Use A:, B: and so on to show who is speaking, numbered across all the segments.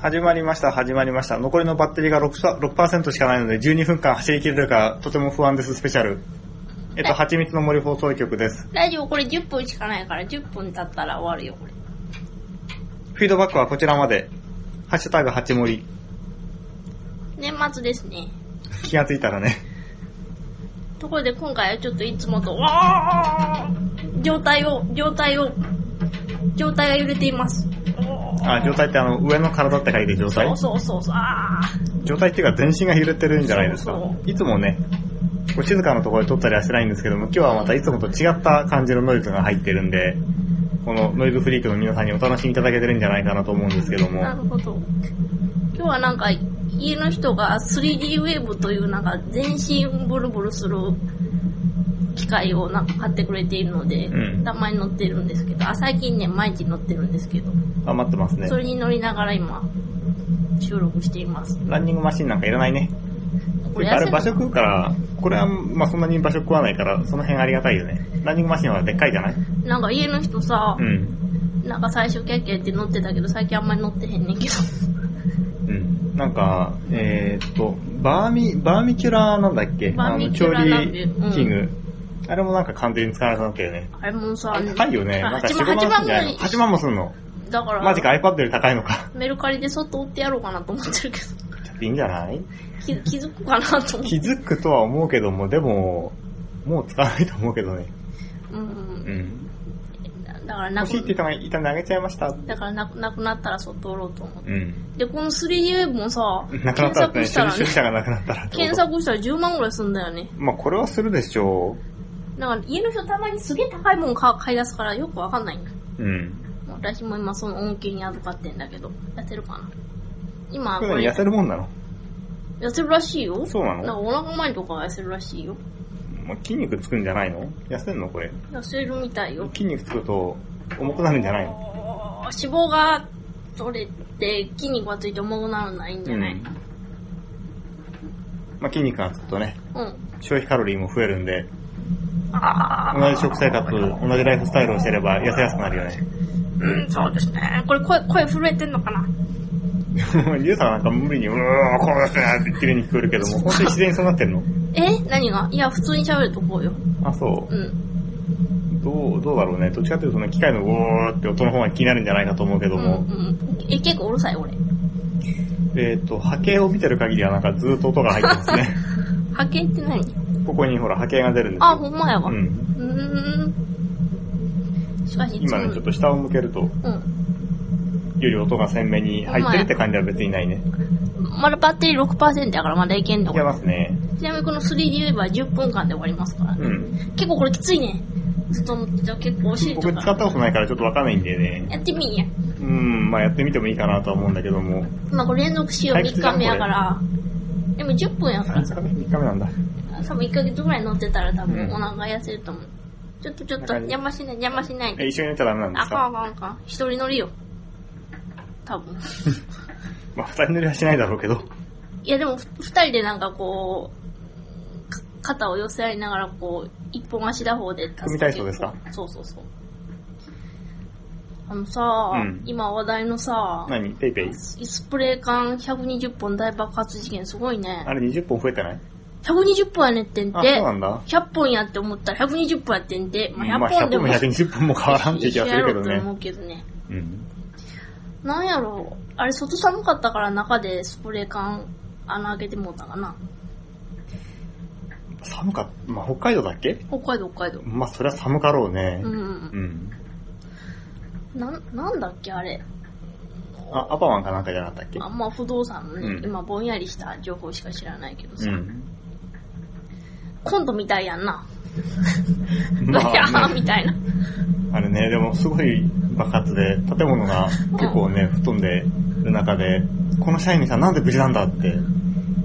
A: 始まりました、始まりました。残りのバッテリーが 6%, 6%しかないので、12分間走り切れるか、とても不安です、スペシャル。えっと、
B: はい
A: 蜂蜜の森放送局です。
B: ラジオこれ10分しかないから10分経ったら終わるよ、これ。
A: フィードバックはこちらまで。ハッシュタグ、蜂森。
B: 年末ですね。
A: 気がついたらね。
B: ところで今回はちょっといつもと、わー状態を、状態を、状態が揺れています。
A: あ、状態ってあの、上の体って書いて状態
B: そうそうそうそう、あ
A: 状態っていうか全身が揺れてるんじゃないですか
B: そう。
A: いつもね、こう静かなところで撮ったりはしてないんですけども、今日はまたいつもと違った感じのノイズが入ってるんで、このノイズフリークの皆さんにお楽しみいただけてるんじゃないかなと思うんですけど
B: ー。な
A: も、
B: るほど。今日はなんか、家の人が 3D ウェーブというなんか全身ブルブルする機械をなんか買ってくれているので、
A: うん
B: たまに乗ってるんですけど、あ、最近ね、毎日乗ってるんですけど、
A: 頑張ってますね
B: そ。れに乗りながら今、収録しています。
A: ランニングマシンなんかいらないね。
B: こ
A: あれ
B: 痩
A: 場
B: せ
A: 所
B: る
A: 食うから、これはまあそんなに場所食わないから、その辺ありがたいよね。ランニングマシンはでっかいじゃない
B: なんか家の人さ
A: う、ん。
B: なんか最初キャッキャって乗ってたけど、最近あんまり乗ってへんね んけど。
A: うん。なんか、えー、っと、バーミ、バーミキュラーなんだっけ
B: バーミキュラー
A: あ
B: ラ
A: の
B: ン
A: 調
B: ビ
A: 理
B: ューうん
A: 器具。あれもなんか完全に使われたんだよね。
B: あれもさ、
A: 高いよね。
B: あ
A: なんか
B: 8
A: 4、
B: 万
A: 5万すんじ
B: 8万ぐ
A: ゃ
B: ら
A: ない
B: い
A: の。。8万もすんの。
B: だから、
A: マジか iPad より高いのか。
B: メルカリでそっと売ってやろうかなと思ってるけ
A: いいんじゃない
B: ど、気気づくかなと思っ
A: 気
B: て。
A: づくとは思うけども、でも、もう使わないと思うけどね。
B: う。
A: うんん。
B: だからな
A: 欲し
B: く
A: いって言ったのがたんであげちゃいました。
B: だからなくなくなったらそっと売ろうと思って。
A: うん。
B: で、この 3D ウェーブもさ、
A: なくなったらね、
B: 検索したら
A: 出
B: ね、
A: 社がなくなったらってこと
B: 検索したら10万ぐらいすんだよね。
A: まあこれはするでしょ
B: だから家の人たまにすげえ高いもん買買い出すからよくわかんないんだ。
A: う。うん。
B: 私も今その恩恵に預かってんだけど、痩せるかな今、
A: こ
B: こ
A: れ
B: れ
A: 痩、せるもんなの
B: 痩せるらしいよ。
A: そうなの
B: なんかお腹周りとかは痩せるらしいよ。
A: まあ筋肉つくんじゃないの痩せんのこれ。
B: 痩せるみたいよ。
A: 筋肉つくと重くなるんじゃないの
B: 脂肪が取れて、筋肉がついて重くなるのはいいんじゃない、うん、。
A: まあ筋肉がつくとね、消費カロリーも増えるんで、
B: あ
A: 同じ食生活、同じライフスタイルをしてれば痩せやすくなるよね。
B: うん、そうですね。これ声、声震えてんのかな
A: ゆうさんなんか無理に、うーん、こうですねって言ってるように聞こえるけ ども、本当に自然にそうなってんの
B: え何がいや、普通に喋るとこうよ。
A: あ、そう
B: う。ん。
A: どう、どうだろうね。どっちかというとね、機械のうーって音の方が気になるんじゃないかと思うけ
B: う
A: ど
B: ん、う
A: も、
B: ん。え、結構うるさい、俺。
A: えっ、と、波形を見てる限りはなんかずーっと音が入ってます ね。
B: 波形って何
A: ここにほら波形が出るんですよ。
B: あ、ほんまやわ。
A: う。
B: うんーん。しかし、
A: 今ね、
B: その
A: ちょっと下を向けると、
B: うん。
A: より音が鮮明に入ってるって感じは別にないね。
B: まだバッテリー6%やからまだいけんの
A: いけますね。
B: ちなみにこの 3D ウェーブは10分間で終わりますから、
A: うん。
B: 結構これきついね。ずっと乗ってたら結構お尻と
A: 僕使っ
B: か。
A: たことないからちょっとわかんないんでね。
B: やってみんや。
A: うん、まあやってみてもいいかなとは思うんだけども。
B: まあこれ連続しよう
A: 退屈じ
B: 3
A: ゃん
B: 日目やから。でも10分やから
A: 3
B: さ
A: 日。目 ?3 日目なんだ。
B: 多分1ヶ月ぐらい乗ってたら多
A: う
B: 分
A: ん
B: お腹痩せると思う。ちょっとちょっ
A: こんな
B: と
A: 感じ
B: 邪魔しない、邪魔しない
A: え、
B: で。
A: 一緒に寝ちゃダメなんで
B: あ
A: す
B: かんあ
A: か
B: かんあかん。一人乗りよ。多分。
A: まあ二人乗りはしないだろうけど。
B: いやでもふ二人でなんかこう、か肩を寄せ合いながらこう、一本足打法で立つ。
A: 組体操ですか
B: そうそうそう。あのさ、
A: うん
B: 今話題のさ、
A: 何ペイペイ
B: スプレー缶120本大爆発事件すごいね
A: あ。れ20本増えてない
B: 120本やねってん
A: あ、そう
B: て、
A: なんだ。
B: 100本やって思ったら120本やってんて、ま
A: まあ、
B: あ
A: 100
B: 100本で
A: 本
B: も
A: も120本も変わらんって気
B: 一
A: が
B: 緒
A: す
B: や
A: るけ
B: ろ
A: ど
B: うと思
A: ね。
B: うけどね。
A: うん。
B: なんやろう、あれ外寒かったから中でスプレー缶穴開けてもうたかな。
A: 寒かっまあ北海道だっけ
B: 北海道北海道。
A: まあそりゃ寒かろうね
B: う。んうんうん。
A: うん。
B: なん、なんだっけあれ。
A: あ、アパマンかなんかじゃなかったっけ
B: あんま不動産のね、
A: うん
B: 今ぼんやりした情報しか知らないけどさ。
A: うん。
B: コントみたいやんな。ド
A: ま
B: ヤ
A: あ、
B: ー
A: ね、
B: み たいな。
A: あれね、でもすごい爆発で、建物が結構ね、吹っ飛んでる中で、この社員にさ、なんで無事なんだって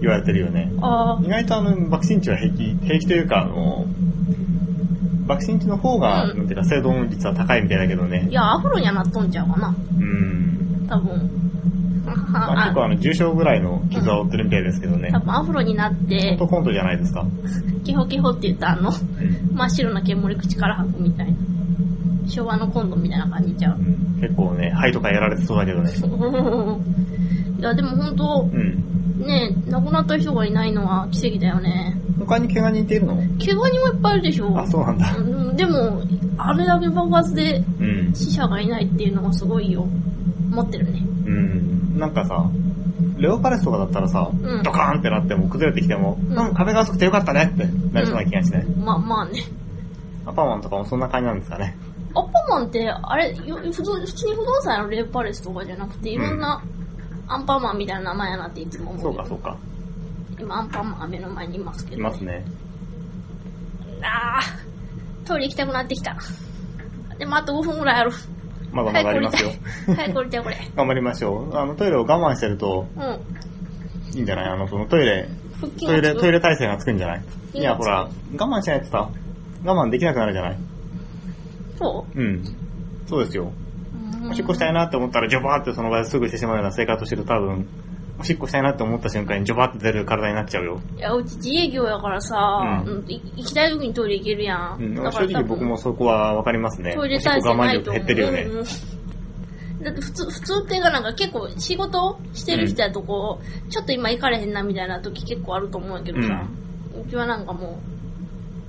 A: 言われてるよね。
B: ああ、
A: 意外とあの、爆心地は平気、平気というか、あの、爆心地の方が、
B: うん
A: なんていうか、生存率は高いみたいだけどね
B: い。や、アフロにはなっとんちゃうかな。
A: うん。
B: 多分。
A: まあ、結
B: あ
A: 構あの、重傷ぐらいの傷は負ってるみたいですけどね
B: 多。分アフロになっ
A: ほん
B: て
A: と、コントじゃないですか。
B: キホキホって言ったあの、
A: うん
B: 真っ白な煙口から吐くみたいな。昭和のコントみたいな感じちゃう
A: う。ん結構ね、肺とかやられてそうだけどね。
B: いや、でも本当
A: うん。
B: ね亡くなった人がいないのは奇跡だよね。
A: 他に怪我人っているの
B: 怪我人もいっぱいいるでしょ。
A: あ、そうなんだ。
B: うんでも、あれだけ爆発で
A: うん。
B: 死者がいないっていうのがすごいよ。持ってるね。
A: うん。なんかさ、レオパレスとかだったらさ、
B: ん
A: ドカーンってなっても崩れてきても、
B: ん
A: うん、壁が薄くてよかったねってなりそうな気がしない。
B: まあまあね。
A: アッパーマンとかもそんな感じなんですかね。
B: アッパーマンって、あれ、よ普通普通に不動産のレイパレスとかじゃなくて、いろんなアンパンマンみたいな名前やなっていつも思う。
A: そうか、そうか。
B: 今、アンパンマンは目の前にいますけ
A: い
B: ど。
A: ますね。
B: あー、トイレ行きたくなってきた。でもあと5分ぐらいある。
A: まだま
B: 早
A: だあ
B: く
A: り
B: 降り
A: ま
B: た
A: すよ。
B: い。早く降りたい、これ。
A: 頑張りましょう。あの、トイレを我慢してると、
B: うん。
A: いいんじゃないあの、そのトイレ、
B: 腹筋
A: トイレ、
B: がつ
A: トイ
B: く。
A: レ体制がつくんじゃない
B: い
A: い
B: い
A: や、
B: の
A: ほら、我慢しないとさ、我慢できなくなるじゃない
B: そ
A: うん。そうですよ。
B: ううん
A: おしっこしたいなって思ったら、ジョバーってその場ですぐしてしまうような生活をしてると多分、おしっこしたいなって思った瞬間にジョバーって出る体になっちゃうよ。
B: いや、うち自営業やからさ、
A: うん
B: うんい行きたい時にトイレ行けるやん。
A: うん。
B: だか
A: 正
B: ら
A: 直僕もそこはわかりますね。
B: ト
A: お
B: イ
A: し
B: レ
A: っ
B: 体
A: こ
B: 制
A: 我慢
B: ない
A: 力
B: と思
A: 減っ
B: う。
A: てるよね。
B: うんうんだって普通、普通っていうかなんか結構仕事してる人やとこう、ちょっと今行かれへんなみたいな時結構あると思うんやけどさ、うちはなんかも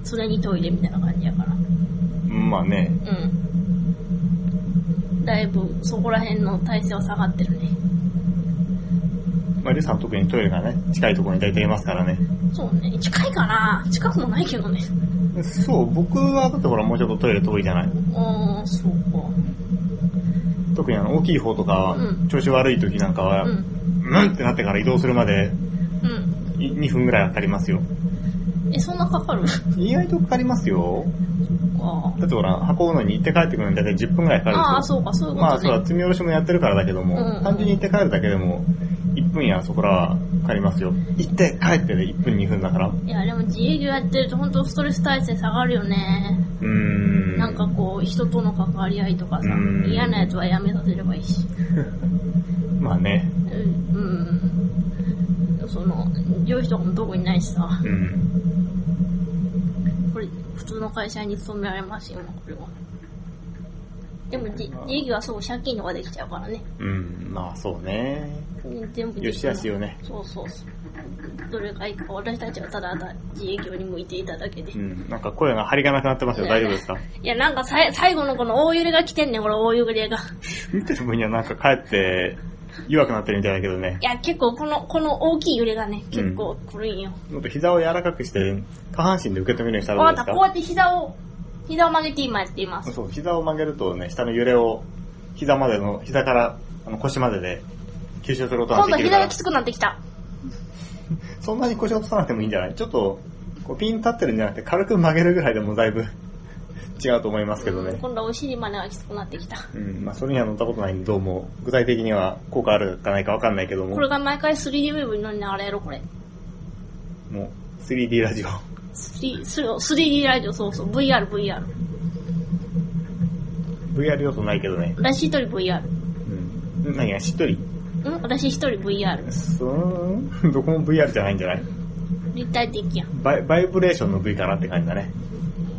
B: う、常にトイレみたいな感じやから。
A: うんまあね。
B: うん。だいぶそこら辺の体制は下がってるね。
A: まあ、リュウさんは特にトイレがね、近いところに大体いますからね。
B: そうね。近いかな近くもないけどね。
A: そう、僕はだってほらもうちょっとトイレ遠いじゃない
B: あー、そうか。
A: 特にあの、大きい方とかは
B: うん、
A: 調子悪い時なんかは、
B: う
A: うん
B: ん。
A: うんってなってから移動するまで、
B: うん。
A: い2分ぐらいはかかりますよ。
B: え、そんなかかる
A: 意外とかかりますよ。
B: あ
A: だってほら、運ぶのに行って帰ってくるのに大体10分ぐらいかか
B: ー
A: るでしょ。
B: あー、そうか、そういうことね。
A: まあそうだ、積み下ろしもやってるからだけども、
B: うん
A: 単純に行って帰るだけでも、1分やそこらはかかりますよ。行って帰ってで1分2分だから。う
B: いや、でも自営業やってると本当ストレス耐性下がるよね。
A: ーん。
B: なんかこう、人との関わり合いとかさ
A: う、ん
B: 嫌なやつはやめさせればいいし。
A: まあね。
B: うん。うん、その、上司とかも特にないしさ、
A: うん。
B: これ、普通の会社に勤められますよ、今これは。でも、じ自営業はそう、借金とかできちゃうからね。
A: うん、まあそうね。
B: 全部
A: よ
B: で
A: しあしよね。
B: そうそうそう。どれがいいか、私たちはただただ自営業に向いていただけで
A: う。ん。なんか声が張りがなくなってますよ。大丈夫ですか
B: いや、なんかさい最後のこの大揺れが来てんねん、これ大揺れが。
A: 見てる分にはなんか帰って弱くなってるみたいだけどね
B: い。や、結構この、この大きい揺れがね、結構来るんよ。
A: もっと膝を柔らかくして、下半身で受け止めるようにしたら
B: わ
A: ど
B: か
A: うです
B: った、
A: か
B: こうやって膝を、膝を曲げて今やっています。
A: そう、膝を曲げるとね、下の揺れを、膝までの、膝からあの腰までで吸収することがで
B: 今度は
A: きるか
B: 膝
A: ら
B: がき。つくなってきた。
A: そんなに腰落とさなくてもいいんじゃないちょっと、こうピン立ってるんじゃなくて軽く曲げるぐらいでもだいぶ 違うと思いますけど
B: うん
A: ね。
B: 今度はお尻までがきつくなってきた。
A: うん、まあそれには乗ったことないんでどうも、具体的には効果あるかないかわかんないけども
B: こ、れが毎回 3D ウェブに乗りながらやろう、これ。
A: もう 3D ラジオ。
B: 3D 3D ラジオ、そうそう。VR、VR。
A: VR 要素ないけどね。
B: 私一人 VR。
A: うん。何や、しっとり。
B: うん私一人 VR。
A: そーん、どこも VR じゃないんじゃない
B: 立体的やん。
A: バイバイブレーションの V かなって感じだね。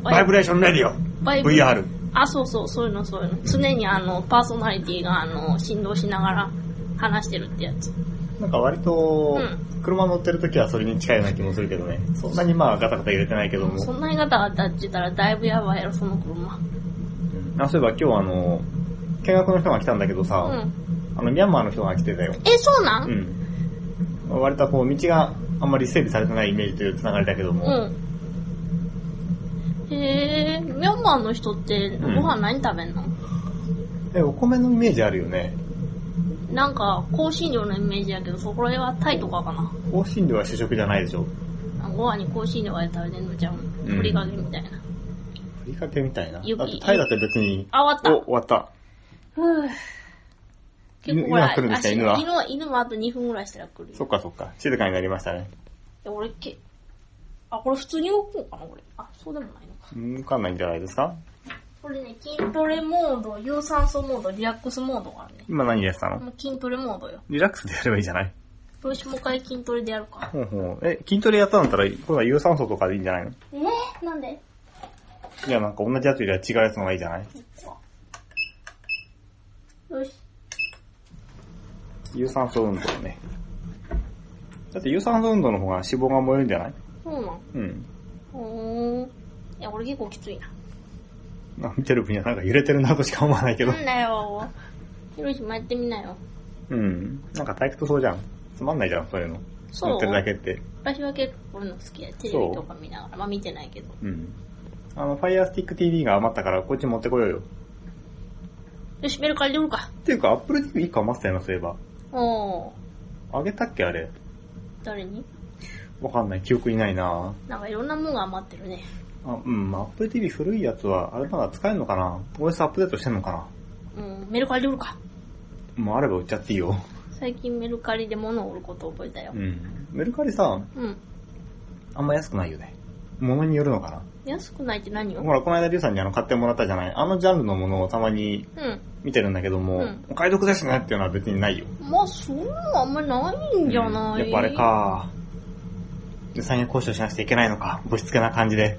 A: バイブレーションレディオ
B: バイブ
A: !VR!
B: あ、そうそう、そういうの、そういうの。常にあの、パーソナリティがあの、振動しながら話してるってやつ。
A: なんか割と
B: う、
A: 車乗ってる時はそれに近いような気もするけどね。そんなにまあガタガタ揺れてないけども。
B: そんなにガタガタって言ったらだいぶやばいやろ、その車。
A: あそういえば今日あの、見学の人が来たんだけどさ、
B: うん。
A: あの、ミャンマーの人が来てたよ。
B: え、そうな
A: うんん。割とこう、道があんまり整備されてないイメージというつながりだけども、
B: うん。へえ、ミャンマーの人ってご
A: ん
B: 飯何食べんの、
A: え、お米のイメージあるよね。
B: なんか、香辛料のイメージやけど、そこら辺はタイとかかな。
A: 香辛料は主食じゃないでしょ。
B: ご飯に香辛料が食べてんのじゃん。
A: うん
B: ふりかけみたいな。
A: ふりかけみたいな。だ
B: ゆ
A: ってタイだって別に、
B: あ、終わ
A: お
B: っ、
A: 終わった。
B: た。ふぅ。結構ほ
A: 犬は
B: ら、
A: 来るんですか
B: 足
A: 犬は
B: 犬は、犬もあと2分ぐらいしたら来るよ。
A: そっかそっか。静かになりましたね。
B: いや俺け、あ、これ普通に動くのかなこれ。あ、そうでもないのか。
A: うんわかんないんじゃないですか
B: これね、筋トレモード、有酸素モード、リラックスモードがあるね。
A: 今何やってたの
B: もう筋トレモードよ。
A: リラックスでやればいいじゃない
B: よし、もう一回筋トレでやるか。
A: ほうほう。え、筋トレやったんだったら、今度は有酸素とかでいいんじゃないの
B: えなんで
A: いや、なんか同じやつよりは違うやつの方がいいじゃない
B: よし。
A: 有酸素運動ね。だって有酸素運動の方が脂肪が燃えるんじゃない
B: そうなん。
A: うん。
B: ほーん。いや、俺結構きついな。
A: あ見てる分にはなんか揺れてるなとしか思わないけど
B: な。んだよ。ヒロシもやってみなよ。
A: うん。なんか退屈そうじゃん。つまんないじゃん、そういうの。
B: そう
A: 乗ってるだけって。
B: 私は結構こういうの好きや。テレビとか見ながら。まあ見てないけど。
A: うん。あの、Fire Stick TV が余ったから、こっち持ってこようよ。
B: よし、メルカリで売るか。
A: っていうか、Apple TV1 個余ってたよな、そういえば。
B: おー。
A: あげたっけ、あれ。
B: 誰に
A: わかんない、記憶にないな
B: なんかいろんなもんが余ってるね。
A: あ、うん、まあ Apple TV 古いやつは、あれまだ使えるのかな ?OS アップデートしてんのか
B: うん、メルカリで売るか。
A: なもうあれば売っちゃっていいよ。
B: 最近メルカリで物を売ることを覚えたよ
A: う。ん。メルカリさ、
B: うん。
A: あんま安くないよね。物によるのか
B: 安くないって何
A: な
B: よ
A: ほら、この間リュウさんにあの買ってもらったじゃないあのジャンルのものをたまに
B: うん。
A: 見てるんだけども、
B: うん
A: お買い得ですねっていうのは別にないよ。
B: まあ、そんなあんまないんじゃない、
A: うんやっぱあれ。か。で、三円交渉しなくちゃいけないのか。ぶしつけな感じで。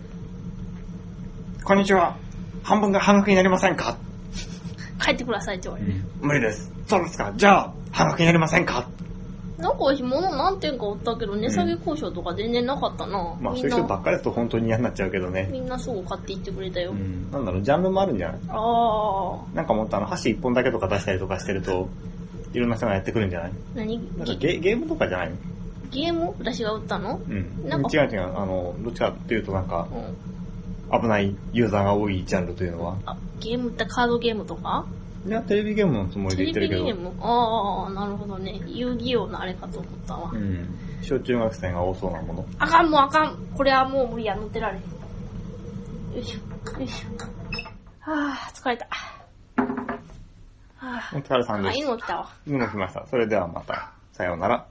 A: こんにちは。半分が半額になりませんか、
B: 帰ってくださいって言われる。
A: 無理です。そうですか。じゃあ、半額になりませんか
B: なんか私物何点か売ったけど、値下げ交渉とか全然なかったな。
A: まあ、
B: み
A: そう
B: ん
A: いう人ば
B: な、
A: っかりだと本当に嫌になっちゃうけどね。
B: みんなすぐ買っていってくれたよ。
A: うん。なんだろう、ジャンルもあるんじゃない
B: あ
A: なんかもっとあの、箸一本だけとか出したりとかしてると、いろんな人がやってくるんじゃない
B: ー、何
A: なんか
B: ゲ
A: ゲゲームとかじゃないの
B: ゲーム私が売ったの
A: うん。
B: なんか
A: 違う違う。あの、どっちかっていうとなんか
B: う、ん。
A: 危ないユーザーが多いジャンルというのは。
B: あ、ゲームってカードゲームとか
A: いや、テレビゲームのつもり
B: テ
A: で言
B: レ
A: ってる
B: ビ
A: け
B: ゲ
A: ど。
B: ームああ、なるほどね。遊戯王のあれかと思ったわ。
A: うん。小中学生が多そうなもの。
B: あかんもうあかん。これはもう無理や、乗ってられへん。よいしょ、よいしょ。はぁ、疲れた。はぁ、
A: お疲れさん
B: あ、
A: です。
B: 犬も来たわ。
A: 犬も来ました。それではまた。さようなら。